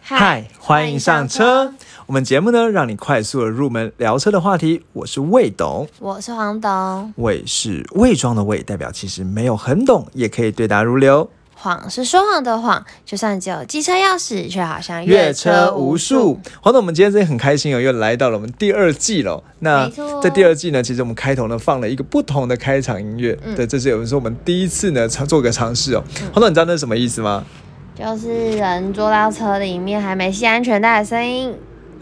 嗨，欢迎上车。我们节目呢，让你快速的入门聊车的话题。我是魏董，我是黄董，魏是伪装的魏，代表其实没有很懂，也可以对答如流。谎是说谎的谎，就算只有机车钥匙，却好像阅车无数。。黄总，我们今天真的很开心哦，又来到了我们第二季了。那没错在第二季呢，其实我们开头呢放了一个不同的开场音乐，对，这是有人说我们第一次呢尝做个尝试哦。黄总，你知道那是什么意思吗？就是人坐到车里面还没系安全带的声音，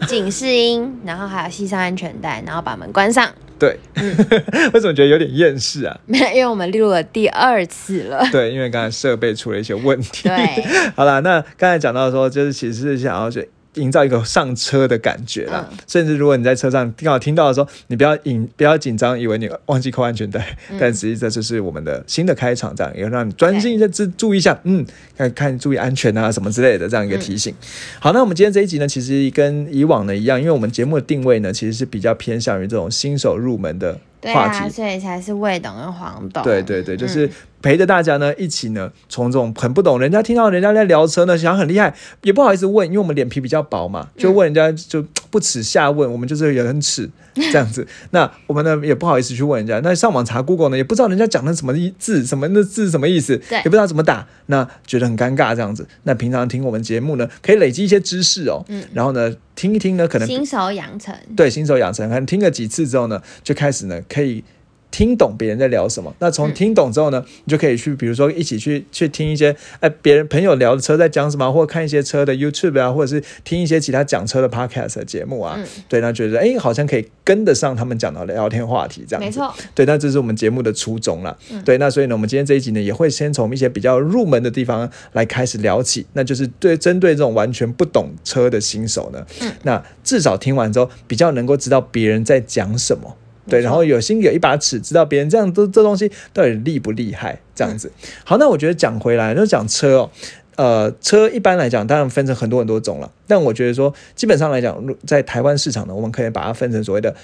警示音，然后还有系上安全带，然后把门关上。对， 为什么觉得有点厌世啊？没 有，因为我们录了第二次了。对，因为刚才设备出了一些问 题。对， 好啦，那刚才讲到说，就是其实是想要去营造一个上车的感觉啦。甚至如果你在车上刚好听到的时候，你不要紧不要紧张，以为你忘记扣安全带，但实际这就是我们的新的开场，这样也让你专心一下，注注意一下，嗯，看看注意安全啊什么之类的这样一个提醒。好，那我们今天这一集呢，其实跟以往的一样，因为我们节目的定位呢，其实是比较偏向于这种新手入门的对话题。啊，所以才是魏董跟黄董。对对对，就是陪着大家呢一起呢，从这种很不懂，人家听到人家在聊车呢，想很厉害，也不好意思问，因为我们脸皮比较薄嘛，就问人家就不耻下问，我们就是有很耻这样子。那我们呢也不好意思去问人家，那上网查 Google 呢，也不知道人家讲的什么意字，什么那字是什么意思，对也不知道怎么打，那觉得很尴尬这样子。那平常听我们节目呢，可以累积一些知识哦，然后呢听一听呢，可能新手养成。对新手养成，可能听了几次之后呢，就开始呢可以听懂别人在聊什么。那从听懂之后呢，你就可以去，比如说一起去去听一些哎别人朋友聊的车在讲什么啊，或者看一些车的 YouTube 啊，或者是听一些其他讲车的 Podcast 的节目啊。嗯对，那觉得哎好像可以跟得上他们讲的聊天话题这样子。没错， 对，那这是我们节目的初衷啦。嗯对，那所以呢，我们今天这一集呢，也会先从一些比较入门的地方来开始聊起，那就是对针对这种完全不懂车的新手呢，嗯那至少听完之后比较能够知道别人在讲什么。对，没错然后有心里有一把尺，知道别人这样这这东西到底厉不厉害，这样子。嗯好，那我觉得讲回来，就讲车哦，呃，车一般来讲，当然分成很多很多种了，但我觉得说，基本上来讲，如在台湾市场呢，我们可以把它分成所谓的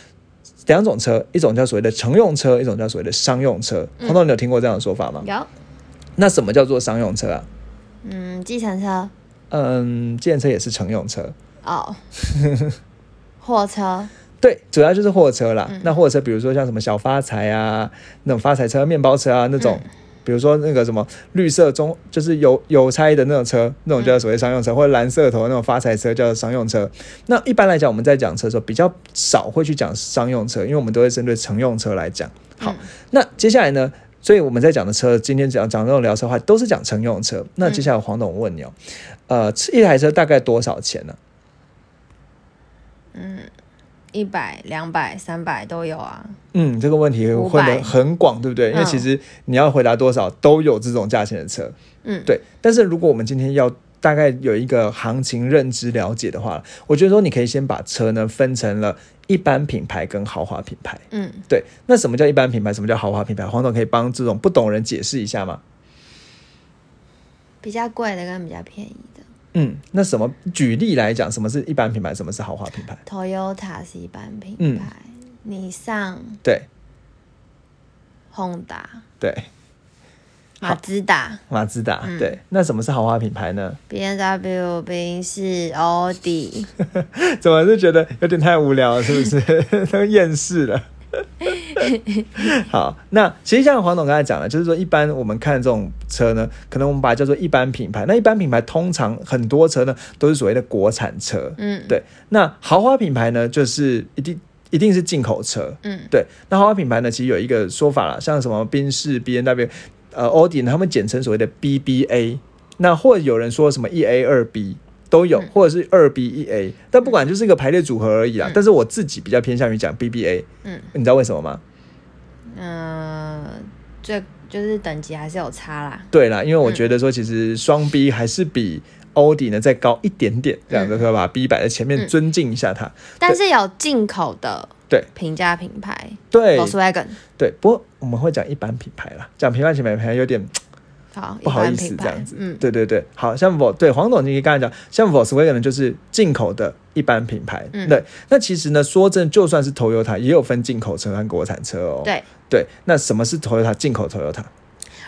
两种车，一种叫所谓的乘用车，一种叫所谓的商用车。红豆，你有听过这样的说法吗？有，那什么叫做商用车啊？嗯，计程车嗯，计程车也是乘用车，啊 哦，货车，对，主要就是货车啦。那货车，比如说像什么小发财啊，那种发财车、面包车啊那种，比如说那个什么绿色中，就是邮邮差的那种车，那种叫所谓商用车，或者蓝色头那种发财车叫商用车。那一般来讲，我们在讲车的时候比较少会去讲商用车，因为我们都会针对乘用车来讲。好，那接下来呢？所以我们在讲的车，今天讲讲这种聊车的话，都是讲乘用车。那接下来黄董我问你哦，呃，一台车大概多少钱呢、一百、两百、三百都有啊。嗯，这个问题500混得很广，对不对？因为嗯其实你要回答多少都有这种价钱的车，嗯对。但是如果我们今天要大概有一个行情认知了解的话，我觉得说你可以先把车呢分成了一般品牌跟豪华品牌。嗯，对，那什么叫一般品牌？什么叫豪华品牌？黄总可以帮这种不懂人解释一下吗？比较贵的跟比较便宜的嗯，那什么举例来讲，什么是一般品牌，什么是豪华品牌？ ，Toyota 是一般品嗯牌，尼桑、对 Honda、对，马自达、马自达。嗯对，那什么是豪华品牌呢？ B N W、宾士、奥迪， 怎么是觉得有点太无聊了，是不是？ 都厌世了。好，那其实像黄总刚才讲了，就是说一般我们看这种车呢，可能我们把它叫做一般品牌。那一般品牌通常很多车呢都是所谓的国产车，嗯对。那豪华品牌呢，就是一定一定是进口车，嗯，对。那豪华品牌呢，其实有一个说法啦，像什么宾士、B N W、呃奥迪呢，他们简称所谓的 B B A。那或者有人说什么一 A 二 B 都嗯有，或者是二 B 一 A，但不管就是一个排列组合而已啦。但是我自己比较偏向于讲 B B A，嗯你知道为什么吗？嗯、最就是等级还是有差啦。对啦，因为我嗯觉得说，其实双 B 还是比欧迪呢再高一点点，这样子可以把 B 摆在前面，嗯尊敬一下它。但是有进口的对哎平价品牌对 Volkswagen，对，不过我们会讲一般品牌啦，讲平凡品牌可能有点好，不好一般意思品牌这样子。嗯，对对对，好像我对黄总，你刚才讲，像 Volkswagen 呢就是进口的一般品牌，嗯对。那其实呢，说真的，就算是 Toyota 也有分进口车和国产车哦。对。对，那什么是 Toyota 进口 Toyota？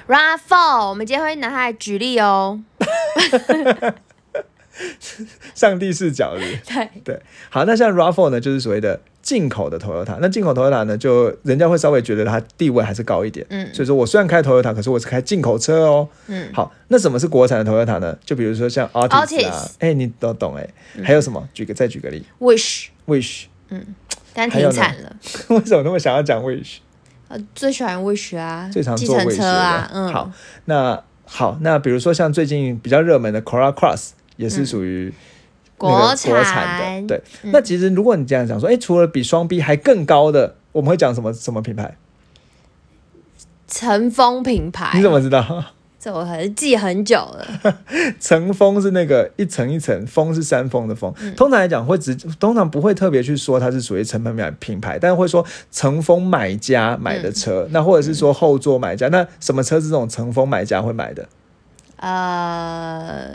RAV4，我们今天会拿它来举例哦。上帝视角是不是对，对，好，那像 RAV4 呢，就是所谓的进口的 Toyota。那进口 Toyota 呢，就人家会稍微觉得它地位还是高一点。嗯所以说我虽然开 Toyota，可是我是开进口车哦。嗯，好，那什么是国产的 Toyota 呢？就比如说像 Altis 啊 Altis，哎、你都懂哎、嗯还有什么？举个再举个例，Wish， ，Wish， 但还有停呢产了。为什么那么想要讲 Wish？呃，最喜欢 Wish 啊，最常计做程 Wish 车啊的，嗯，好，那好，那比如说像最近比较热门的 Corolla Cross 也嗯是属于、那个国国产嗯产的，对。那其实如果你这样讲说，哎、除了比双 B 还更高的，我们会讲什么什么品牌？乘风品牌，你怎么知道？ 这我还是记很久了。层峰是那个一层一层，峰是山峰的峰。嗯通常来讲会直，通常不会特别去说它是属于成本买品牌，但是会说乘风买家买嗯的车，那或者是说后座买家。那什么车是这种乘风买家会买嗯的？呃，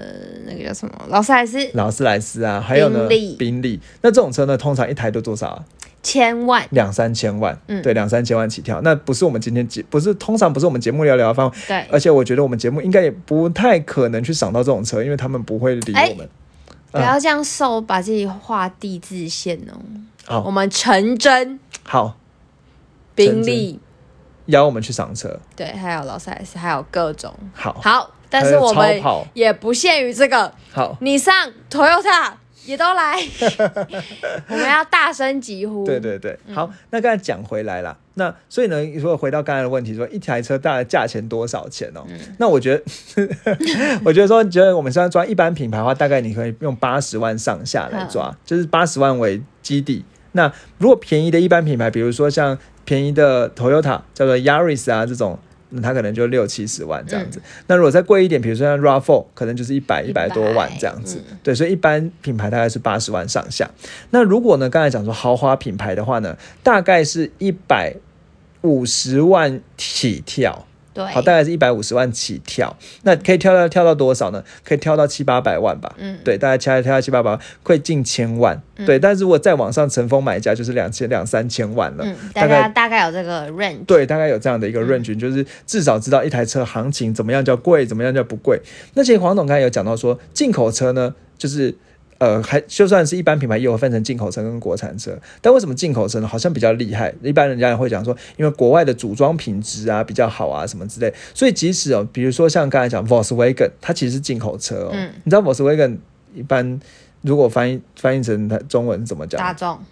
那个叫什么？劳斯莱斯劳斯莱斯啊，还有呢，宾利宾利。那这种车呢，通常一台都多少啊？千万，两三千万，嗯对，两三千万起跳。那不是我们今天节，不是通常不是我们节目聊聊的范围。对，而且我觉得我们节目应该也不太可能去赏到这种车，因为他们不会理我们。不要这样瘦，把自己画地自限哦。好我们成真，好，宾利，邀我们去赏车。对，还有劳斯莱斯，还有各种。好，好，但还是有我们超跑也不限于这个，好，你上 Toyota 也都 来，我们要大声疾呼。对对对，好。那刚才讲回来啦，那所以呢，如果回到刚才的问题说，一台车大概价钱多少钱哦？那我觉得， 我觉得说，觉得我们现在抓一般品牌的话，大概你可以用八十万上下来抓，就是八十万为基底。那如果便宜的一般品牌，比如说像便宜的 Toyota 叫做 Yaris 啊这种。那它可能就六七十万这样子，那如果再贵一点，比如说像 RAV4，可能就是一百一百多万这样子。对，所以一般品牌大概是八十万上下。那如果呢，刚才讲说豪华品牌的话呢，大概是一百五十万起跳，对，好，大概是一百五十万起跳。那可以跳到跳到多少呢？可以跳到七八百万吧。嗯对，大概跳跳到七八百万，快近千万。对，但是如果再往上乘风买家，就是两千两三千万了。嗯，大大概家大概有这个 range。对，大概有这样的嗯一个 range，、就是至少知道一台车行情怎么样叫贵，怎么样叫不贵。那其实黄总刚才有讲到说，进口车呢，就是呃，还就算是一般品牌也有分成进口车跟国产车，但为什么进口车呢好像比较厉害？一般人家也会讲说，因为国外的组装品质啊比较好啊什么之类，所以即使哦，比如说像刚才讲 Volkswagen，它其实是进口车哦，嗯你知道 Volkswagen 一般。如果翻译翻译成它中文是怎么大讲？众，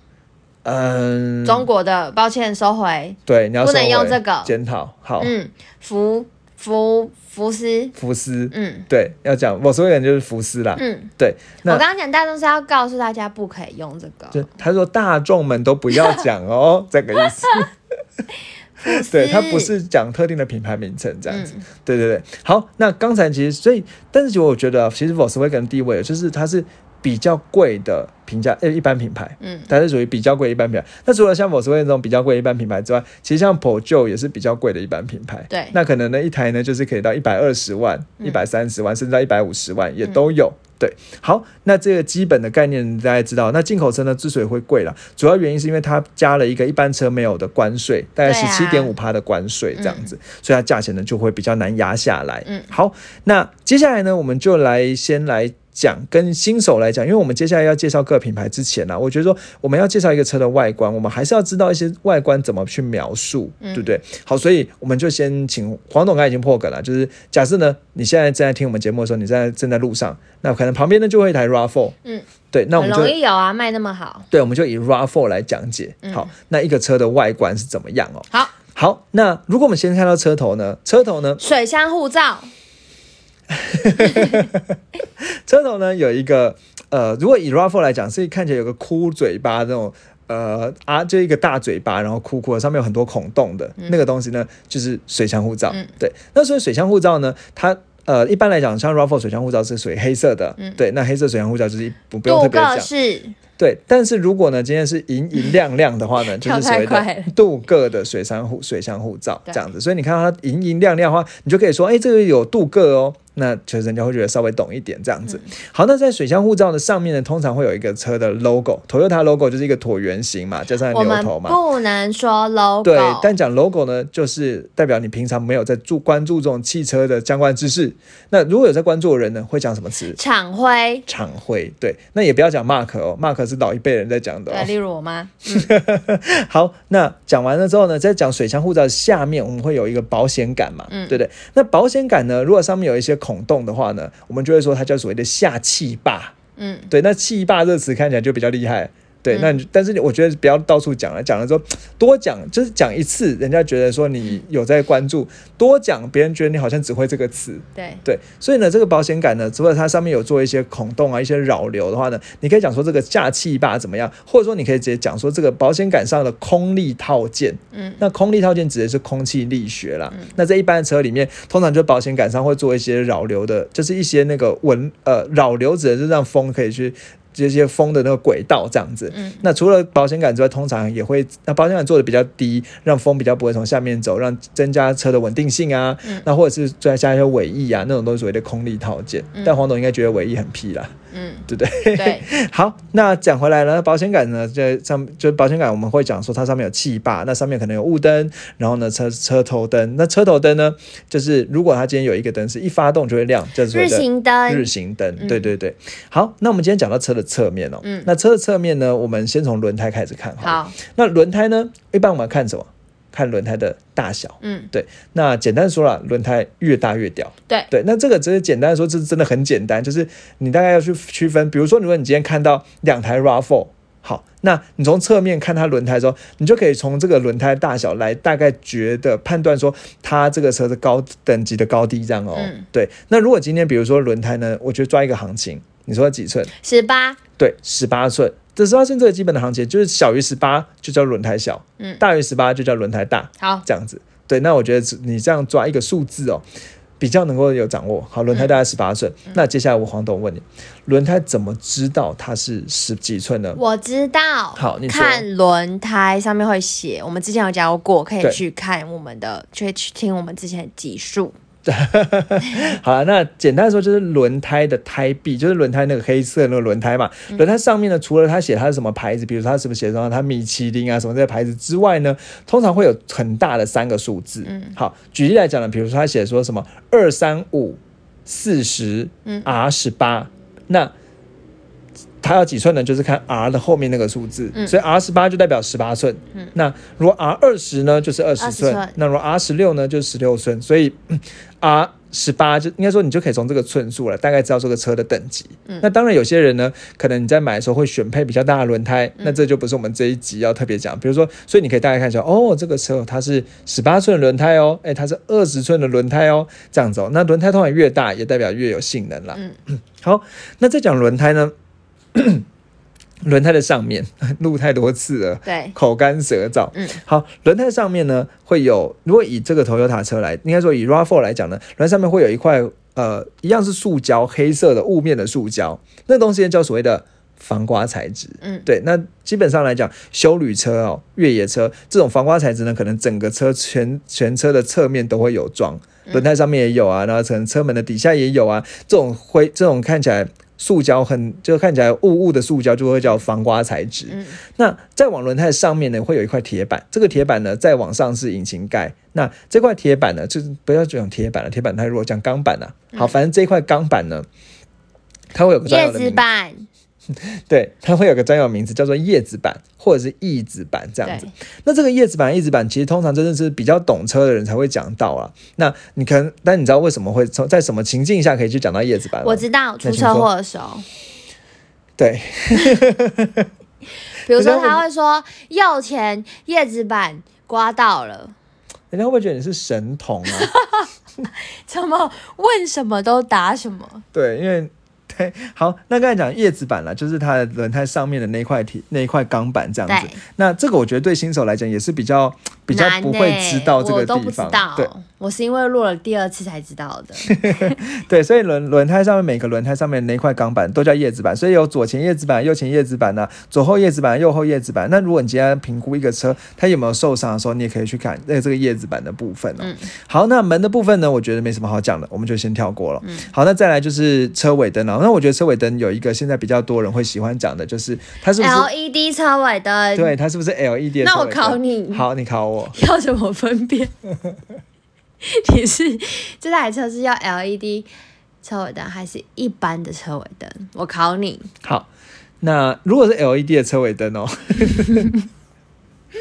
嗯，中国的，抱歉，收回。对，你要不能收用回这个检讨。好，嗯，福福福斯，福斯，嗯对，要讲 Volkswagen 就是福斯啦。嗯，对，我那刚刚讲大众是要告诉大家不可以用这 就个他说大众们都不要讲 哦，这个意思。福斯，对，他不是讲特定的品牌名称这样子。嗯对对对，好，那刚才其实所以，但是其实我觉得，其实 Volkswagen 的地位就是它是比较贵的平价呃一般品牌。嗯，它是属于比较贵的一般品牌。那除了像 Volkswagen 这种比较贵的一般品牌之外，其实像 Peugeot 也是比较贵的一般品牌。对嗯那可能呢一台呢就是可以到一百二十万、一百三十万，甚至到一百五十万也都有。对，好，那这个基本的概念大家知道。那进口车呢之所以会贵啦，主要原因是因为它加了一个一般车没有的关税，大概对十啊七点五趴的关税这样子，所以它价钱呢就会比较难压下来。嗯，好，那接下来呢，我们就来先来。讲跟新手来讲，因为我们接下来要介绍各品牌之前呢、我觉得说我们要介绍一个车的外观，我们还是要知道一些外观怎么去描述，嗯对不对？好，所以我们就先请黄董，刚才已经破梗了，就是假设呢，你现在正在听我们节目的时候，你现在正在路上，那可能旁边呢就会有一台 RAV4，嗯，对，那我很们就容易嗯有啊，卖那么好。对，我们就以 RAV4 来讲解。好，那一个车的外观是怎么样哦？好，好，那如果我们先看到车头呢？车头呢？水箱护罩，车头呢有一个呃，如果以 RAV4 来讲，是看起来有个哭嘴巴这种呃啊，就一个大嘴巴，然后哭哭的，上面有很多孔洞的、那个东西呢，就是水箱护罩。嗯对，那所以水箱护罩呢，它。呃，一般来讲，像 RAV4 水箱护罩是属于黑色的，对，那黑色水箱护罩就是一不不用特镀别铬讲，式，对，但是如果呢，今天是银银亮亮 的话呢，就是所谓跳太快了的镀铬的水箱护水箱护罩对这样子，所以你看到它银银亮亮的话，你就可以说，哎、这个有镀铬哦。那就是人家会觉得稍微懂一点这样子。嗯好，那在水箱护照的上面呢，通常会有一个车的 logo，Toyota logo 就是一个椭圆形嘛，加上我牛们头嘛。不能说 logo，对，但讲 logo 呢，就是代表你平常没有在注关注这种汽车的相关知识。那如果有在关注的人呢，会讲什么词？厂徽，常会对，那也不要讲 mark 哦，mark 是老一辈人在讲的、对，例哦。如我妈，好，那讲完了之后呢，在讲水箱护罩下面，我们会有一个保险杆嘛，嗯对不对？那保险杆呢，如果上面有一些孔洞的话呢，我们就会说它叫所谓的下气坝。嗯，对，那气坝这个词看起来就比较厉害。对，那你但是我觉得不要到处讲了，讲了之后多讲，就是讲一次，人家觉得说你有在关注，多讲，别人觉得你好像只会这个词。对，对，所以呢，这个保险杆呢，除了它上面有做一些孔洞啊、一些扰流的话呢，你可以讲说这个下气坝怎么样，或者说你可以直接讲说这个保险杆上的空力套件。嗯，那空力套件指的是空气力学啦。那在一般的车里面，通常就保险杆上会做一些扰流的，就是一些那个纹呃扰流，指的是让风可以去这些风的那个轨道这样子。嗯那除了保险杆之外，通常也会那保险杆做的比较低，让风比较不会从下面走，让增加车的稳定性啊。嗯那或者是再加一些尾翼啊，那种都是所谓的空力套件。嗯但黄董应该觉得尾翼很屁啦。嗯，对不对？ 对，好，那讲回来了，保险杆呢，在上就是保险杆，我们会讲说它上面有气坝，那上面可能有雾灯，然后呢车车头灯，那车头灯呢，就是如果它今天有一个灯是一发动就会亮，叫做日行灯，日行灯嗯，对对对。好，那我们今天讲到车的侧面哦，嗯那车的侧面呢，我们先从轮胎开始看好了好，那轮胎呢，一般我们看什么？看轮胎的大小。嗯，那简单说了，轮胎越大越屌。对对，那这个只是简单的说，这真的很简单，就是你大概要去区分。比如说，如果你今天看到两台 RAV4，好，那你从侧面看它轮胎的时候，你就可以从这个轮胎大小来大概觉得判断说它这个车的高等级的高低这样哦。嗯对，那如果今天比如说轮胎呢，我觉得抓一个行情，你说几寸？十八，对，十八寸。这十八寸这个基本的行情就是小于十八就叫轮胎小，嗯大于十八就叫轮胎大。好，这样子。对，那我觉得你这样抓一个数字哦，比较能够有掌握。好，轮胎大概十八寸。那接下来我黄董问你，轮胎怎么知道它是十几寸呢？我知道。好，你说。看轮胎上面会写，我们之前有教过，可以对去看我们的，去去听我们之前的集数。 好了，那简单的说就是轮胎的胎壁，就是轮胎那个黑色的那个轮胎嘛。轮胎上面呢，除了它写它是什么牌子，比如说它什么写上它米其林啊什么这些牌子之外呢，通常会有很大的三个数字。嗯好，举例来讲呢，比如说它写说什么二三五四十嗯 R 十八，那它要几寸呢？就是看 R 的后面那个数字，嗯所以 R 十八就代表十八寸。嗯那如果 R 二十呢，就是二十20寸寸；那如果 R 十六呢，就是十六寸。所以嗯 R 十八就应该说你就可以从这个寸数了，大概知道这个车的等级。嗯那当然有些人呢，可能你在买的时候会选配比较大的轮胎，嗯那这就不是我们这一集要特别讲。比如说，所以你可以大概看一下，哦，这个车它是十八寸的轮胎哦，哎，它是二十寸的轮胎哦，这样子哦。那轮胎通常越大，也代表越有性能啦。嗯 好，那再讲轮胎呢， 轮胎的上面 录太多次了。对，口干舌燥。嗯，好，轮胎上面呢会有，如果以这个 Toyota 车来，应该说以 RAV4 来讲呢，轮胎上面会有一块呃，一样是塑胶，黑色的雾面的塑胶，那东西叫所谓的防刮材质。嗯，对，那基本上来讲，修旅车哦，越野车这种防刮材质呢，可能整个车全全车的侧面都会有装，轮胎上面也有啊，然后可能车门的底下也有啊，这种灰这种看起来塑胶很，就看起来雾雾的塑胶就会叫防刮材质。嗯那再往轮胎上面呢，会有一块铁板，这个铁板呢再往上是引擎盖。那这块铁板呢，就是不要讲铁板了，铁板太弱，讲钢板啊。好，反正这块钢板呢，它会有个嗯专叶有的子名板，对，它会有个专有名字叫做叶子板或者是翼子板这样子对。，那这个叶子板、翼子板，其实通常真的是比较懂车的人才会讲到啦。那你可能，但你知道为什么会从在什么情境下可以去讲到叶子板吗？我知道出请车说祸的时候，对比如说可是我他会说右前叶子板刮到了，人家会不会觉得你是 神童啊？怎么问什么都答什么，对，因为 OK，好，那刚才讲叶子板了，就是它的轮胎上面的那一块铁那一块钢板这样子对。，那这个我觉得对新手来讲也是比较比较难不会欸知道这个我都地不知方，道对，我是因为录了第二次才知道的。对，所以轮轮胎上面每个轮胎上面那块钢板都叫叶子板，所以有左前叶子板、右前叶子板呐、左后叶子板、右后叶子板。那如果你今天评估一个车它有没有受伤的时候，你也可以去看那这个叶子板的部分哦。嗯好，那门的部分呢，我觉得没什么好讲的，我们就先跳过了。好，那再来就是车尾灯啊了。那我觉得车尾灯有一个现在比较多人会喜欢讲的， 就是它是不是 LED E 车尾灯，对它是不是 LED 的车尾灯？那我考你好，你考我。要怎么分 辨？你是这台车是要 LED 车尾灯还是一般的车尾灯？我考你，好，那如果是 LED 的车尾灯哦，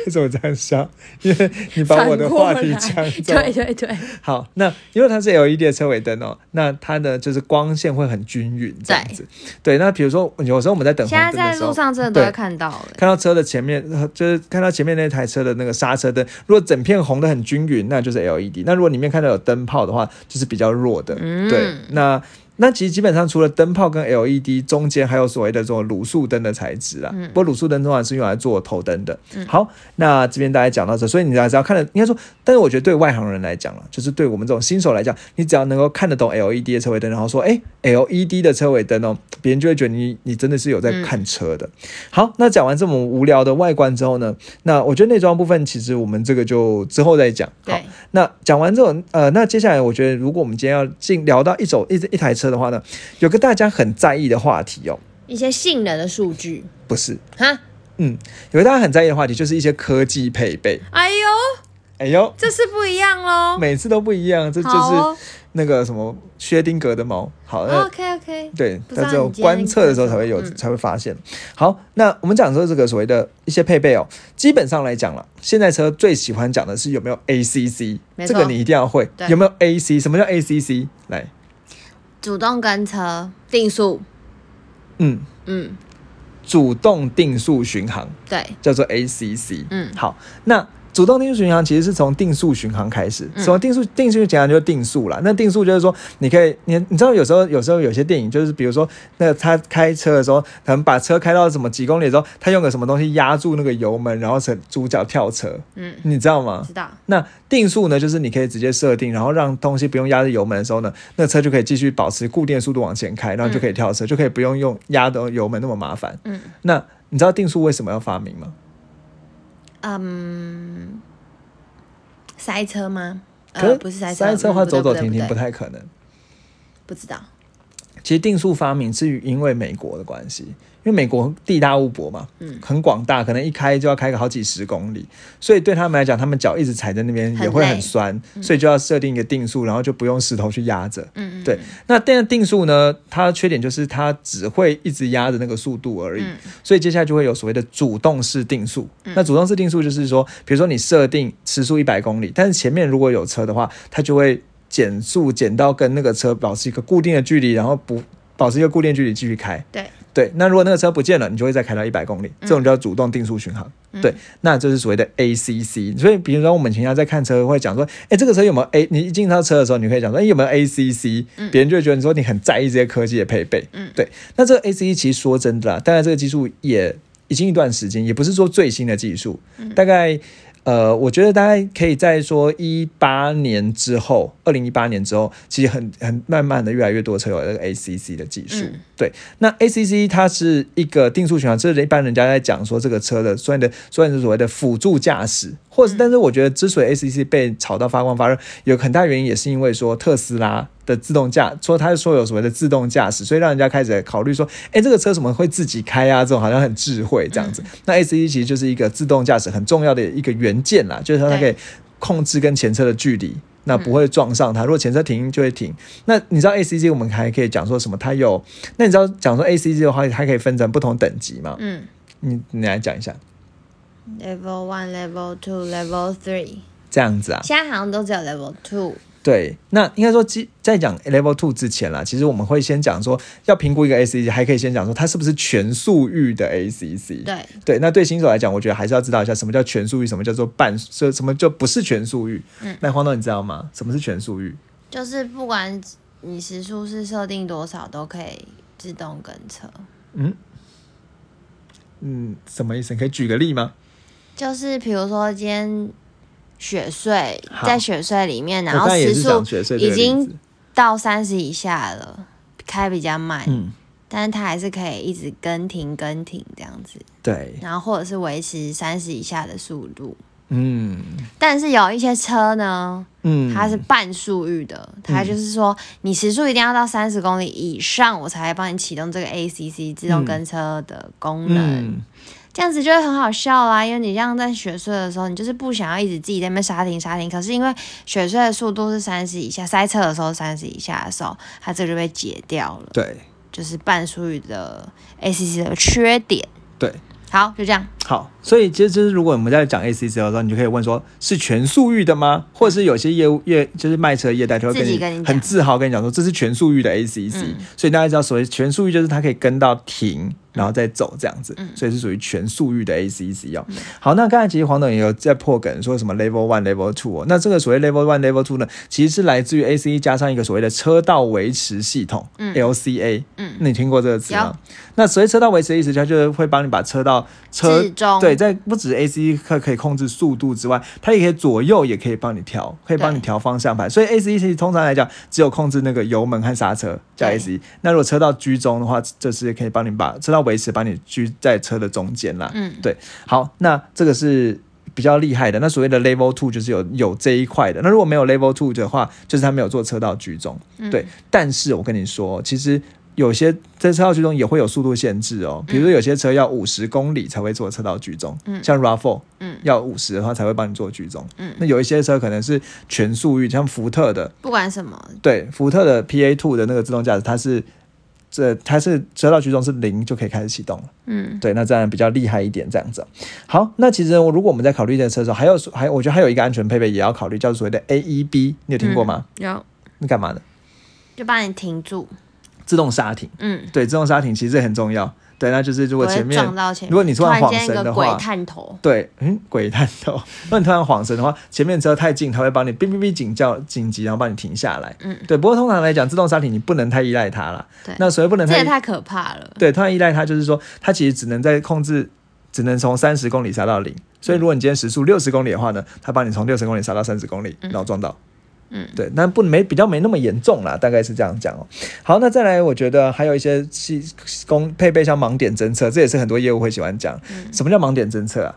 为什么这样笑？因为你把我的话题反过抢来走。 对对对 好，那因为它是 LED 的车尾灯哦，那它呢就是光线会很均匀这样子。对，那比如说有时候我们在等现在红灯的在时路候。上真的都会对看到了。看到车的前面，呃就是看到前面那台车的那个刹车灯，如果整片红的很均匀，那就是 LED；那如果里面看到有灯泡的话，就是比较弱的。嗯对，那那其实基本上除了灯泡跟 LED 中间还有所谓的这种卤素灯的材质啦，嗯不过卤素灯通常是用来做头灯的。好，那这边大家讲到这，所以你只要看得，应该说，但是我觉得对外行人来讲了，就是对我们这种新手来讲，你只要能够看得懂 LED 的车尾灯，然后说，哎、l e d 的车尾灯哦，别人就会觉得你你真的是有在嗯看车的。好，那讲完这么无聊的外观之后呢，那我觉得内装部分其实我们这个就之后再讲。好对，，那讲完这种，呃，那接下来我觉得，如果我们今天要进聊到一种一一台车的话呢，有个大家很在意的话题哦，一些性能的数据不是，哈，有个大家很在意的话题，就是一些科技配备。哎呦，哎呦，这是不一样喽。每次都不一样，这就好是哦那个什么薛丁格的猫。好，那、 OK OK，对，不知在道这种你今天观测的时候才会有，看什么嗯才会发现。好，那我们讲说这个所谓的一些配备哦，基本上来讲了，现在车最喜欢讲的是有没有 ACC，没这错个你一定要会对，有没有 AC？什么叫 ACC？来，主动跟车定速，嗯，嗯，主动定速巡航对，叫做 ACC。嗯好，那主动定速巡航其实是从定速巡航开始，嗯什么定速定速巡航就是定速啦。那定速就是说，你可以，你你知道有时候有时候有些电影就是，比如说那他开车的时候，可能把车开到什么几公里的时候，他用个什么东西压住那个油门，然后成主角跳车，嗯，你知道吗？知道，那定速呢，就是你可以直接设定，然后让东西不用压着油门的时候呢，那车就可以继续保持固定的速度往前开，然后就可以跳车，就可以不用用压的油门那么麻烦。嗯那你知道定速为什么要发明吗？嗯，塞车吗？可呃，不是塞车，塞车的话嗯走走停停不不对太可能。不知道。其实定速发明是因为美国的关系，因为美国地大物博嘛，嗯很广大，可能一开就要开个好几十公里，所以对他们来讲，他们脚一直踩在那边很也会累嗯很酸，所以就要设定一个定速，然后就不用石头去压着。嗯嗯，对，那但定速呢，它的缺点就是它只会一直压着那个速度而已，嗯所以接下来就会有所谓的主动式定速。那主动式定速就是说，比如说你设定时速一百公里，但是前面如果有车的话，它就会减速减到跟那个车保持一个固定的距离，然后不保持一个固定的距离继续开。对，对，那如果那个车不见了，你就会再开到一百公里，嗯这种叫主动定速巡航。对，那就是所谓的 ACC。所以，比如说我们平常在看车会讲说，哎、这个车有没有 A？你一进到车的时候，你可以讲说，哎、有没有 ACC？别人就会觉得你说你很在意这些科技的配备。嗯，对。那这个 ACC 其实说真的啦，大概这个技术也已经一段时间，也不是说最新的技术，嗯大概。呃，我觉得大概可以在说一八年之后，二零一八年之后，其实很很慢慢的越来越多车有那个 ACC 的技术。嗯对，那 ACC 它是一个定速巡航，这是一般人家在讲说这个车的所谓的所谓的所谓的辅助驾驶，或者是但是我觉得之所以 ACC 被炒到发光发热，有很大原因也是因为说特斯拉。的自动驾，说它说有所谓的自动驾驶，所以让人家开始考虑说，哎，这个车怎么会自己开啊？这种好像很智慧这样子。那 ACC 其实就是一个自动驾驶很重要的一个元件啦，就是说它可对以控制跟前车的距离，那不会撞上它。如果前车停就会停。那你知道 ACC 我们还可以讲说什么？它有那你知道讲说 ACG 的话，它可以分成不同等级吗？嗯你你来讲一下， ，Level One、Level Two、Level Three，这样子啊？现在好像都只有 Level Two。对，那应该说基在讲 Level Two 之前啦，其实我们会先讲说要评估一个 ACG，还可以先讲说它是不是全速域的 ACC。对，对，那对新手来讲，我觉得还是要知道一下什么叫全速域，什么叫做半，这什么就不是全速域。嗯那黄总你知道吗？什么是全速域？就是不管你时速是设定多少，都可以自动跟车，嗯，什么意思？你可以举个例吗？就是比如说今天雪隧好在雪隧里面，然我后刚才也时是想速学睡这个已经例子到三十以下了，开比较慢，嗯，但是它还是可以一直跟停跟停这样子，对，然后或者是维持三十以下的速度。嗯但是有一些车呢，嗯，它是半速域的，它就是说你时速一定要到三十公里以上，我才帮你启动这个 ACC 自动跟车的功能。嗯这样子就会很好笑啊啦，因为你这样在雪隧的时候，你就是不想要一直自己在那边刹停刹停，可是因为雪隧的速度是三十以下，塞车的时候三十以下的时候，它这个就被解掉了，对就是半速域的 ACC 的缺点。对。好，就这样。好，所以其实就是如果我们在讲 A C C 的时候，你就可以问说，是全速域的吗？或者是有些业务业就是卖车业代就会跟自你己跟你讲嗯很自豪跟你讲说，这是全速域的 A C C、所以大家知道，所谓全速域就是它可以跟到停，然后再走这样子，嗯所以是属于全速域的 A C C 哦。好，那刚才其实黄董也有在破梗说什么 Level One、Level Two 哦，那这个所谓 Level One、Level Two 呢，其实是来自于 A C E 加上一个所谓的车道维持系统、l C A。嗯，那你听过这个词有吗？那所谓车道维持的意思，它就是会帮你把车道车至中对，在不止 A C 可可以控制速度之外，它也可以左右，也可以帮你调，可以帮你对调方向盘。所以 A C 其实通常来讲，只有控制那个油门和刹车叫 A 对 C。那如果车道居中的话，就是可以帮你把车道维持，把你居在车的中间啦。嗯，对，好，那这个是比较厉害的。那所谓的 Level Two 就是有有这一块的。那如果没有 Level Two 的话，就是他没有做车道居中。嗯对，但是我跟你说，其实。有些在车道居中也会有速度限制哦，比如说有些车要五十公里才会做车道居中，嗯像 RAV4，嗯要五十的话才会帮你做居中，嗯那有一些车可能是全速域，像福特的，不管什么，对，福特的 PA Two 的那个自动驾驶，它是这它是车道居中是零就可以开始启动了。嗯，对，那这样比较厉害一点，这样子。好，那其实我如果我们在考虑这个车的时候，还有还我觉得还有一个安全配备也要考虑，叫做所谓的 AEB，你有听过吗？嗯有那干嘛的？就帮你停住，自动刹停，嗯，对，自动刹停其实这很重要。对，那就是不如果会前面撞到前面，如果你突突然然晃间一神个的鬼话，探头，对，嗯，鬼探头，如果你突然晃神的话，前面车太近，它会帮你哔哔哔警叫紧急，然后帮你停下来。嗯，对。不过通常来讲，自动刹停你不能太依赖它啦。对那所谓不能这太也依太可怕了。对，突然依赖它，就是说它其实只能在控制，只能从三十公里刹到零。嗯所以如果你今天时速六十公里的话呢，它帮你从六十公里刹到三十公里，然后撞到。嗯对，但不没比较没那么严重啦，大概是这样讲哦。好，那再来，我觉得还有一些系工配备像盲点侦测，这也是很多业务会喜欢讲。嗯什么叫盲点侦测啊？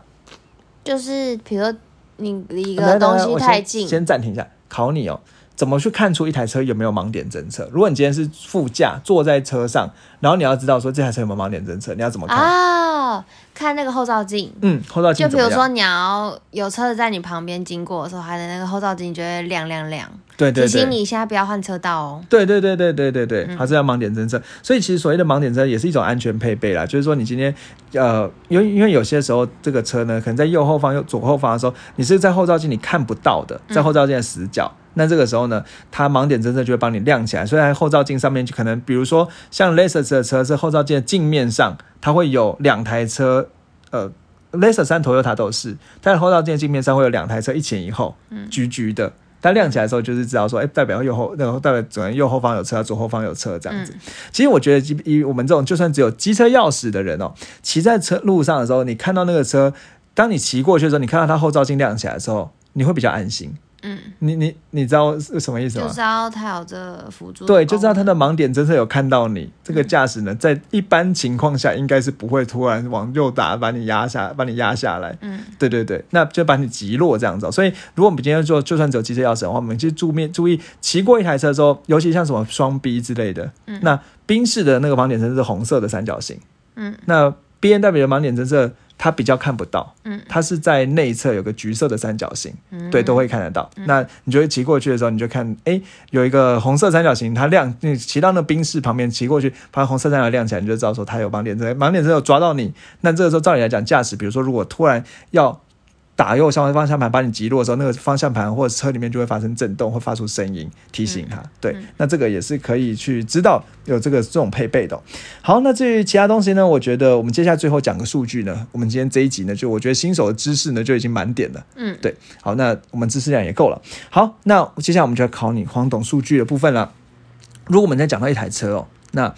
就是比如说你离一来来个东来西我太先近，先暂停一下，考你哦，怎么去看出一台车有没有盲点侦测？如果你今天是副驾坐在车上，然后你要知道说这台车有没有盲点侦测，你要怎么看？啊，看那个后照镜。嗯，后照镜就比怎么如样？说，你要有车子在你旁边经过的时候，它的那个后照镜就会亮亮亮，对对提醒对。你现嗯在不要换车道哦。对对对对对对对，它是叫盲点侦测，所以其实所谓的盲点侦测也是一种安全配备啦。就是说，你今天，呃，因为因为有些时候这个车呢，可能在右后方、右左后方的时候，你是在后照镜你看不到的，嗯在后照镜的死角。那这个时候呢，它盲点侦测就会帮你亮起来。所以在后照镜上面就可能，比如说像 Lexus 的车，是后照镜的镜面上，它会有两台车，呃，Lexus 三 Toyota 都是，但是后照镜的镜面上会有两台车一前一后，嗯橘橘的。它亮起来的时候，就是知道说，哎、代表右后，那个代表整个右后方有车，左后方有车这样子。其实我觉得，以我们这种就算只有机车钥匙的人哦，骑在车路上的时候，你看到那个车，当你骑过去的时候，你看到它后照镜亮起来的时候，你会比较安心。嗯，你你你知道是什么意思就吗？知道它有这辅助的功对，能。就知道它的盲点侦测有看到你。这个驾驶呢，在一般情况下应该是不会突然往右打把你压下，把你压下来。嗯，对对对，那就把你击落这样子哦、所以，如果我们今天就就算只有机车钥匙的话，我们去注面注意骑过一台车之后，尤其像什么双 B 之类的，嗯那宾士的那个盲点侦测是红色的三角形，嗯，那 B N W 的盲点侦测它比较看不到，嗯，它是在内侧有个橘色的三角形，嗯对，都会看得到。那你就会骑过去的时候，你就看，哎、有一个红色三角形，它亮，你骑到那冰室旁边骑过去，把红色三角亮起来，你就知道说它有盲点车，盲点车有抓到你。那这个时候照理来讲，驾驶比如说如果突然要打右方方向盘把你击落的时候，那个方向盘或者车里面就会发生震动，会发出声音提醒它。对，那这个也是可以去知道有这个这种配备的哦、好，那至于其他东西呢，我觉得我们接下来最后讲个数据呢，我们今天这一集呢，就我觉得新手的知识呢就已经满点了。嗯，对，好，那我们知识量也够了。好，那接下来我们就要考你黄董数据的部分了。如果我们在讲到一台车哦，那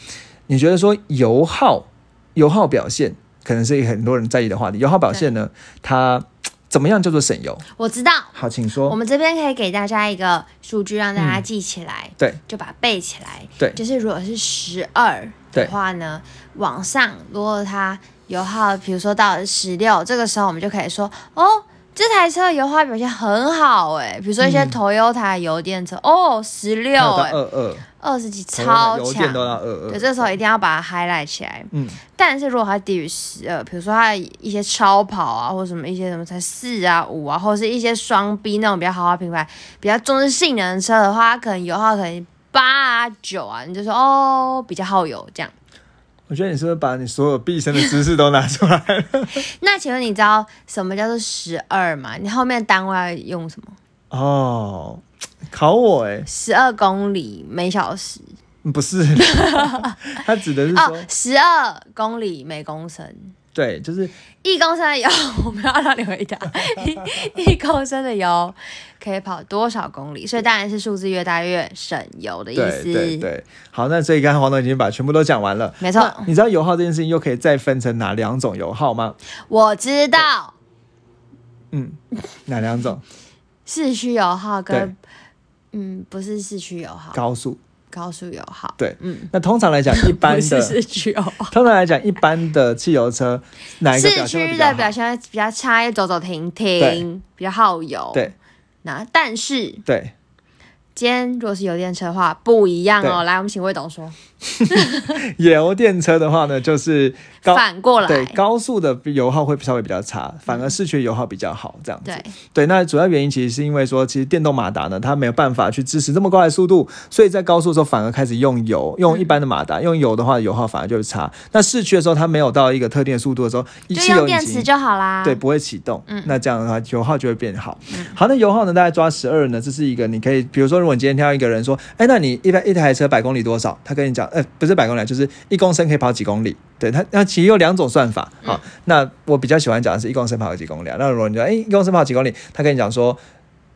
你觉得说油耗油耗表现可能是一个很多人在意的话题，油耗表现呢，它怎么样叫做省油？我知道，好，请我说。们这边可以给大家一个数据，让大家记起来，嗯对，就把它背起来。对就是如果是十二对的话呢，往上如果它油耗，比如说到十六，这个时候我们就可以说，哦，这台车油耗表现很好哎、比如说一些嗯 Toyota 油电车，哦，十六还有哎，到二二，二十几超油电强。都到二二。对，这时候一定要把它 highlight 起来。呃嗯，但是如果它低于十二，比如说它的一些超跑啊，或者什么一些什么才四啊、五啊，或者是一些双 B 那种比较豪华品牌、比较重视性能的车的话，它可能油耗可能八啊、九啊，你就说哦比较耗油这样。我觉得你是不是把你所有毕生的知识都拿出来 了？那请问你知道什么叫做十二吗？你后面的单位要用什么？哦，考我哎、十二公里每小时不是， 它指的是说，哦，十二公里每公升。对，就是一公升的油，我没有让你 回答。一一公升的油可以跑多少公里？所以当然是数字越大越省油的意对思。对对。好，那所以刚才黄总已经把全部都讲完了。没错那你知道油耗这件事情又可以再分成哪两种油耗吗？我知道嗯，哪两种？市区油耗对跟嗯不是市区油耗，高速。高速油耗。对嗯，那通常来讲，一 般不是的，市区油耗。通常来讲，一般的汽油车哪一个市表现会区比的较表好？现比较差，又走走停对停，比较耗油。对。那但是对，今天如果是油电车的话，不一样哦。对来，我们请魏董说，油电车的话呢，就是高反过来，对高速的油耗会稍微比较差，反而市区的油耗比较好，这样子。嗯对对，那主要原因其实是因为说，其实电动马达呢，它没有办法去支持这么高的速度，所以在高速的时候反而开始用油，嗯用一般的马达，用油的话油耗反而就会差。那市区的时候，它没有到一个特定的速度的时候，一就汽用油电引池擎。就好啦。对，不会启动，那这样的话油耗就会变好。好，那油耗呢？大概抓十二呢，这是一个你可以，比如说，如果你今天挑一个人说，哎，那你一般一台车百公里多少？他跟你讲，呃，不是百公里啊，就是一公升可以跑几公里。对他，那其实有两种算法啊、那我比较喜欢讲的是一公升跑几公里啊。那如果你说，哎，一公升跑几公里，他跟你讲说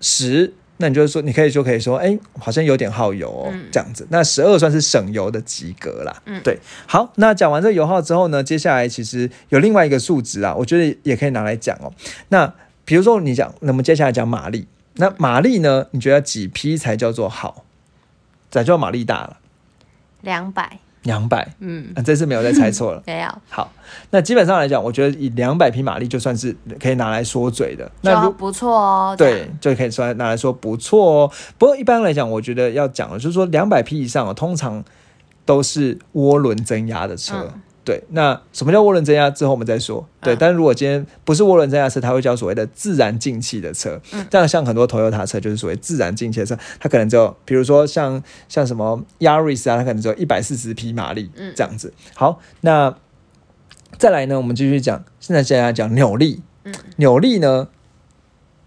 十。那你就是说，你可以就可以说，哎、好像有点耗油哦，这样子。那十二算是省油的及格啦。嗯对。好，那讲完这个油耗之后呢，接下来其实有另外一个数值啊，我觉得也可以拿来讲哦。那比如说你讲，那么接下来讲马力，那马力呢？你觉得几匹才叫做好？才叫马力大了？两百，啊两百、嗯，。啊，这次没有再猜错了 没有，好，那基本上来讲，我觉得以两百匹马力就算是可以拿来说嘴的。那就如不错哦。这对样，，就可以说拿来说不错哦。不过一般来讲，我觉得要讲的就是说两百匹以上、哦，通常都是涡轮增压的车。嗯对，那什么叫涡轮增压？之后我们再说。对，嗯但如果今天不是涡轮增压车，它会叫所谓的自然进气的车。嗯这样像很多 Toyota 车就是所谓自然进气的车，它可能只有，比如说像像什么 Yaris 啊，它可能只有一百四十匹马力嗯这样子。好，那再来呢，我们继续讲，现在现在讲扭力。嗯扭力呢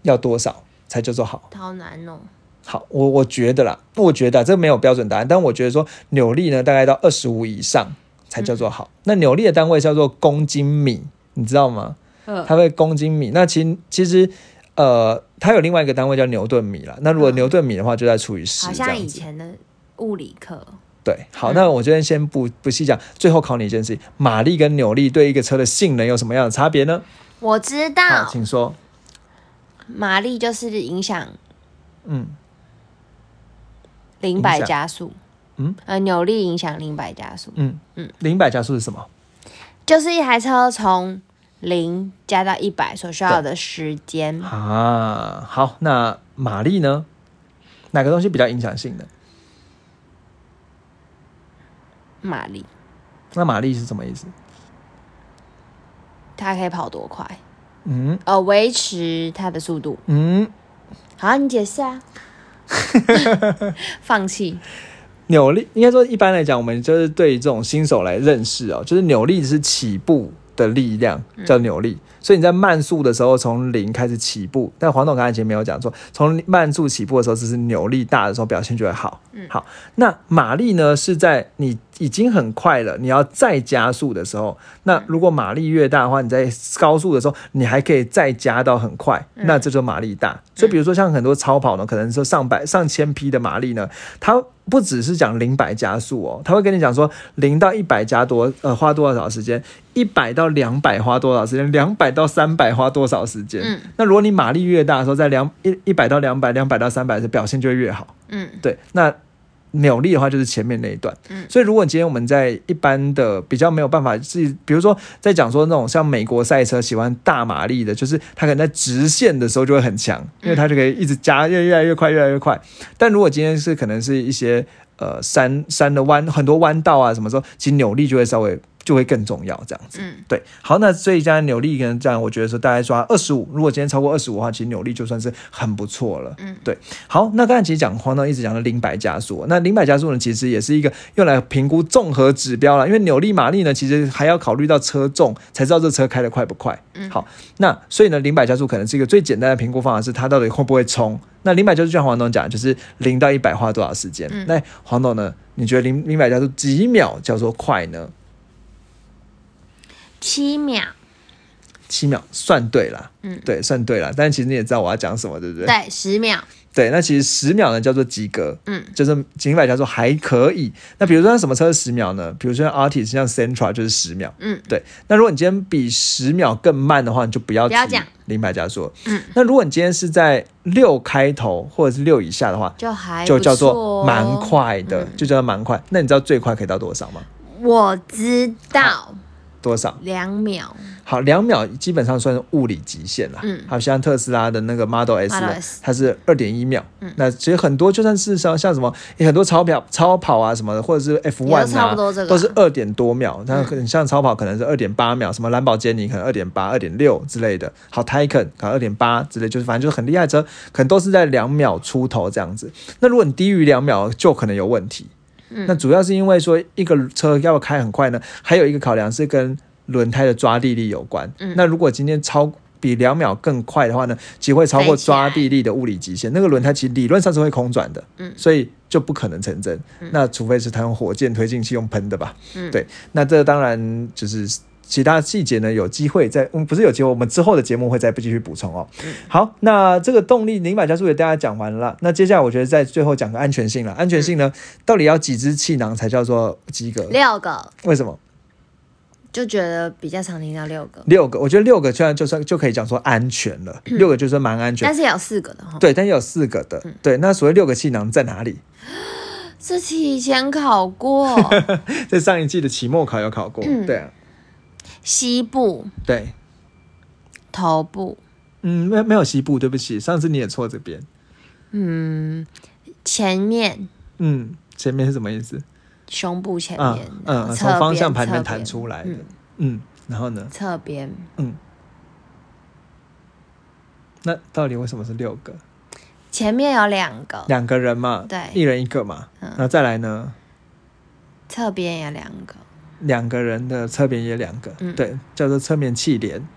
要多少才叫做好？好难哦。好，我我觉得啦，我觉得、啊、这没有标准答案，但我觉得说扭力呢，大概到二十五以上才叫做好。那扭力的单位叫做公斤米，你知道吗？嗯它会公斤米。那其其实呃，它有另外一个单位叫牛顿米啦。那如果嗯牛顿米的话，就在除以十好这像样以子。前的物理课，对，好，嗯那我这边先不不细讲，最后考你一件事情：马力跟扭力对一个车的性能有什么样的差别呢？我知好，道请说。马力就是影响嗯，零百加速，嗯，呃，扭力影响零百加速，嗯嗯，零百加速是什么？就是一台车从零加到一百所需要的时间，啊，好，那马力呢？哪个东西比较影响性能？马力那马力是什么意思？它可以跑多快？嗯呃，维持它的速度。嗯，好，你解释 啊。放弃，扭力应该说一般来讲，我们就是对于这种新手来认识哦，就是扭力是起步的力量叫扭力，所以你在慢速的时候从零开始起步，但黄总刚才前面有讲说，从慢速起步的时候，这是扭力大的时候表现就会好。嗯好，那马力呢是在你已经很快了，你要再加速的时候，那如果马力越大的话，你在高速的时候，你还可以再加到很快，嗯那这就马力大。所以比如说像很多超跑呢，可能说上百上千匹的马力呢，它不只是讲零百加速哦，他会跟你讲说零到一百加多呃花多少时间，一百到两百花多少时间，两百到三百花多少时间。嗯那如果你马力越大的时候，在两一一百到两百，两百到三百的表现就会越好。嗯对，那扭力的话就是前面那一段。嗯所以如果今天我们在一般的比较没有办法自己，比如说在讲说那种像美国赛车喜欢大马力的，就是他可能在直线的时候就会很强，因为他就可以一直加，越越来越快，越来越快。但如果今天是可能是一些呃山山的弯，很多弯道啊什么时候，其实扭力就会稍微就会更重要这样子。嗯对，好，那所以加上扭力跟这样，我觉得说大概抓二十五，如果今天超过二十五的话，其实扭力就算是很不错了。嗯，对。好，那刚才其实讲黄导一直讲的零百加速，那零百加速呢，其实也是一个用来评估综合指标啦，因为扭力马力呢，其实还要考虑到车重，才知道这车开得快不快。嗯好，那所以呢，零百加速可能是一个最简单的评估方法，是它到底会不会冲。那零百加速就像黄总讲，就是零到一百花多少时间？嗯那黄总呢？你觉得零零百加速几秒叫做快呢？七秒，七秒算对啦，嗯对，算对啦。但是其实你也知道我要讲什么，对不对？对，十秒，对那其实十秒呢叫做及格，嗯，就是几百叫做还可以。那比如说像什么车是十秒呢？比如说像 RT 像 Sentra 就是十秒，嗯，对。那如果你今天比十秒更慢的话，你就不要不要讲零百加速。嗯，那如果你今天是在六开头或者是六以下的话，就还就不叫错做哦蛮。快的，就叫做蛮快。那你知道最快可以到多少吗？我知道多少？两秒，好，两秒基本上算是物理极限啦。嗯好像特斯拉的那个 Model S，, 呢 Model S 它是二点一秒。嗯那其实很多就算是像像什么诶很多超跑超跑啊什么的，或者是 F 也 one 啊，都差不多这个啊嗯都是二点多秒。那很像超跑可能是二点八秒，什么兰博基尼可能二点八、二点六之类的。好，Taycan 可能二点八之类，就是反正就是很厉害的车，可能都是在两秒出头这样子。那如果你低于两秒，就可能有问题。嗯那主要是因为说一个车要开很快呢，还有一个考量是跟轮胎的抓地力有关。嗯那如果今天超比两秒更快的话呢，即会超过抓地力的物理极限，那个轮胎其实理论上是会空转的，嗯所以就不可能成真。嗯那除非是他用火箭推进器用喷的吧？嗯对，那这当然就是。其他细节呢，有机会在嗯，不是有机会，我们之后的节目会再继续补充哦。嗯好，那这个动力零百加速给大家讲完了，那接下来我觉得在最后讲个安全性了。安全性呢，到底要几只气囊才叫做及格？六个为什么？就觉得比较常听到六个，六个，我觉得六个虽然就算就可以讲说安全了，六个就算蛮安全嗯但。是也嗯有四个的哈。对，但也有四个的。对，那所谓六个气囊在哪里？这题以前考 过在上一季的期末考有考过。对啊，膝部、对，头部、嗯，没有没有西部，对不起，上次你也错这边。嗯前面、嗯，前面是什么意思？胸部前啊面，然嗯，后侧嗯从边方向盘里面侧边弹出来的嗯。嗯，然后呢？侧边，那到底为什么是六个？前面有两个，两个人嘛，哦对一人一个嘛。嗯那再来呢？侧边也两个，两个人的侧边也两个，嗯对，叫做侧面气帘。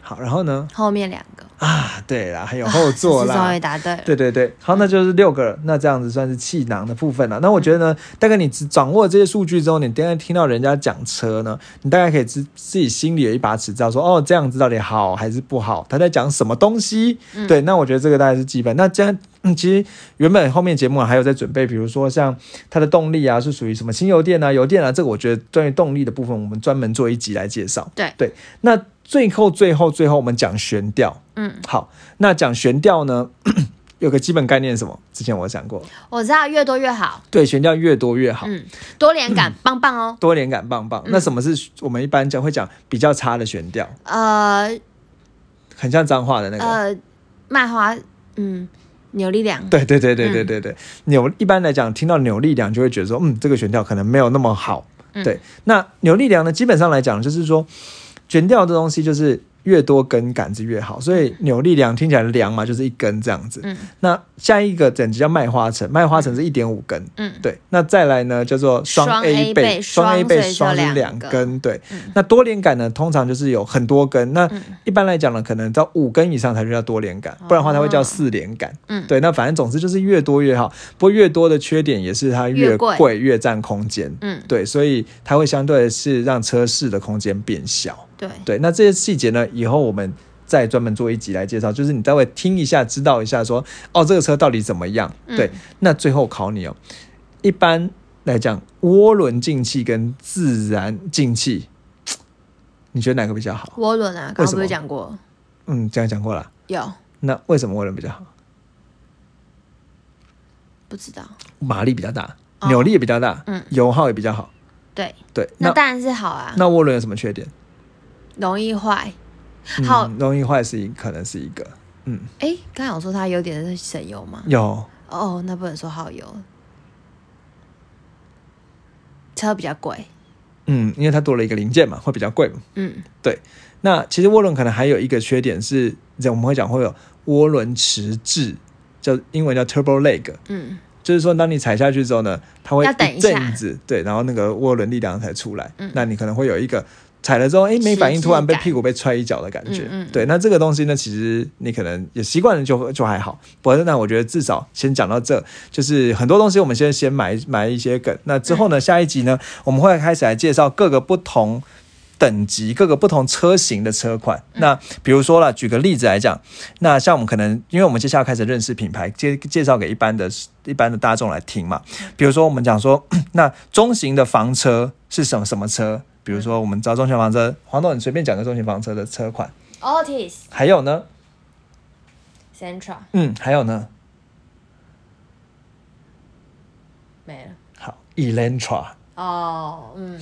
好，然后呢？后面两个。啊，对啦，还有后 这座次终啦于。答对了。对对对，好，那就是六个了，那这样子算是气囊的部分了。那我觉得呢，大概你只掌握这些数据之后，你第二听到人家讲车呢，你大概可以自自己心里有一把尺，知道说哦，这样子到底好还是不好，他在讲什么东西。嗯对，那我觉得这个大概是基本。那这样、嗯其实原本后面节目、啊、还有在准备，比如说像它的动力啊，是属于什么轻油电啊、油电啊，这个我觉得关于动力的部分，我们专门做一集来介绍。对对，那最后最后最后我们讲悬吊。嗯，好，那讲悬吊呢，有个基本概念是什么？之前我讲过，我知道，越多越好。对，悬吊越多越好，嗯，多连 感，棒棒哦。多连感棒棒。那什么是我们一般讲会讲比较差的悬吊？呃很像脏话的那个。呃，卖花，嗯，扭力梁，对对对嗯对对对对，扭一般来讲，听到扭力梁就会觉得说，嗯，这个悬吊可能没有那么好。嗯对，那扭力梁呢，基本上来讲就是说，悬吊的东西就是越多根杆子越好，所以扭力梁听起来梁嘛，就是一根这样子。嗯那下一个等级叫麦花臣，麦花臣是一点五根。嗯对，那再来呢，叫做双 A A 倍，倍双 A 双倍所以就双是两两个根，对。嗯那多连杆呢，通常就是有很多根，那嗯哦一般来讲呢，可能到五根以上才就叫多连杆，不然的话它会叫四连杆。嗯对，那反正总之就是越多越好，不过越多的缺点也是它越越贵贵越占空间。嗯，对，所以它会相对是让车室的空间变小。对，对，那这些细节呢，以后我们再专门做一集来介绍，就是你待会听一下，知道一下说，哦，这个车到底怎么样？嗯对，那最后考你哦，一般来讲，涡轮进气跟自然进气，你觉得哪个比较好？涡轮啊，刚刚不是讲过嗯，这样讲过了。有？那为什么涡轮比较好？不知道。马力比较大，哦扭力也比较大，嗯油耗也比较好。对，对，那那当然是好啊，那涡轮有什么缺点？容易坏。嗯好，容易坏是一可能是一个，嗯，哎、刚才有说它优点是省油吗？有哦，那不能说耗油，车比较贵。嗯，因为它多了一个零件嘛，会比较贵嘛。嗯，那其实涡轮可能还有一个缺点是，我们会讲会有涡轮迟滞，叫英文叫 turbo lag，嗯就是说当你踩下去之后呢，它会要等一下阵子，对，然后那个涡轮力量才出来，嗯那你可能会有一个踩了之后，哎，没反应，迟滞突然被感屁股被踹一脚的感觉。嗯嗯对，那这个东西呢，其实你可能也习惯了就就还好。不过那我觉得至少先讲到这，就是很多东西我们先先埋埋一些梗，那之嗯后呢，下一集呢，我们会开始来介绍各个不同。等级各个不同车型的车款，嗯那比如说啦，举个例子来讲，那像我们可能，因为我们接下来开始认识品牌，介介绍给一般的、一般的大众来听嘛。嗯比如说，我们讲说，那中型的房车是什么什么车？比如说，我们知道中型房车，黄董，你随便讲个中型房车的车款。 ，Altis 还有呢， Sentra 嗯，还有呢，没了。好，Elantra，哦，嗯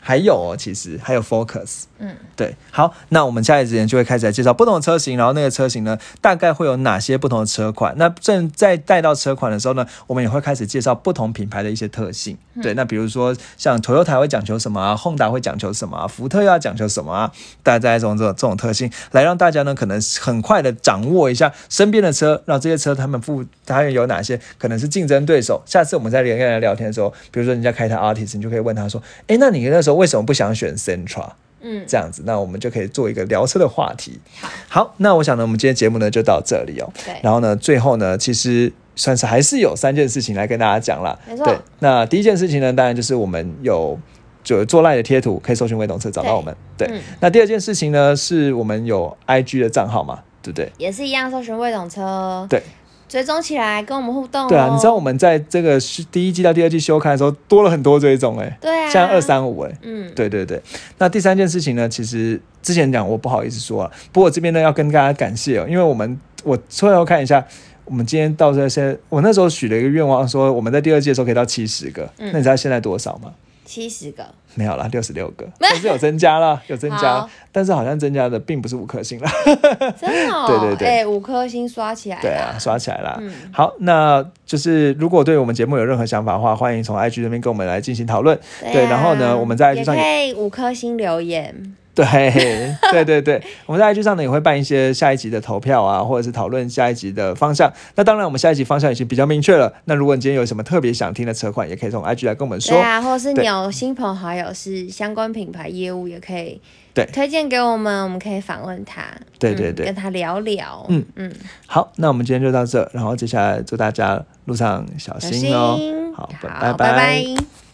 还有哦，其实还有 Focus，嗯，对，好，那我们下一集呢就会开始来介绍不同的车型，然后那个车型呢大概会有哪些不同的车款。那正在带到车款的时候呢，我们也会开始介绍不同品牌的一些特性。对，那比如说像 Toyota 会讲求什么啊，Honda 会讲求什么啊，福特又要讲求什么啊，大家这种这种这种特性，来让大家呢可能很快的掌握一下身边的车，让这些车他们附它有哪些可能是竞争对手。下次我们在跟人聊天的时候，比如说人家开一台 Artist，你就可以问他说，诶，那你那时候为什么不想选 Sentra？嗯这样子，那我们就可以做一个聊车的话题。好，那我想呢，我们今天节目呢就到这里哦。对然后呢，最后呢，其实算是还是有三件事情来跟大家讲啦。没错对，那第一件事情呢，当然就是我们有就做赖的贴图，可以搜寻“微懂车”找到我们。对，嗯那第二件事情呢，是我们有 IG 的账号嘛，对不对？也是一样，搜寻未懂车，对，追踪起来跟我们互动、哦。对啊，你知道我们在这个第一季到第二季休刊的时候，多了很多追踪哎、对啊，现在二，三五哎，嗯，对对对，那第三件事情呢，其实之前讲我不好意思说啊，不过我这边呢要跟大家感谢哦，因为我们我最后看一下，我们今天到这些，我那时候许了一个愿望，说我们在第二季的时候可以到七十个，嗯那你知道现在多少吗？七十个， 没有啦，六十六个，但是有增加啦，有增加好，但是好像增加的并不是五颗星啦，真的、哦， 对对对哎、五颗星刷起来啦，对 啊，刷起来啦。嗯，好，那就是如果对我们节目有任何想法的话，欢迎从 IG 那边跟我们来进行讨论。 对啊对然后呢我们在 IG 也上也可以五颗星留言，对对对对，我们在 IG 上呢也会办一些下一集的投票啊，或者是讨论下一集的方向。那当然，我们下一集方向已经比较明确了。那如果你今天有什么特别想听的车款，也可以从 IG 来跟我们对说。啊，或者是你对有新朋好友是相关品牌业务，也可以对推荐给我们，我们可以访问他，对对嗯对跟他聊聊，嗯嗯，好，那我们今天就到这，然后接下来祝大家路上小小心哦。心好，好，拜拜拜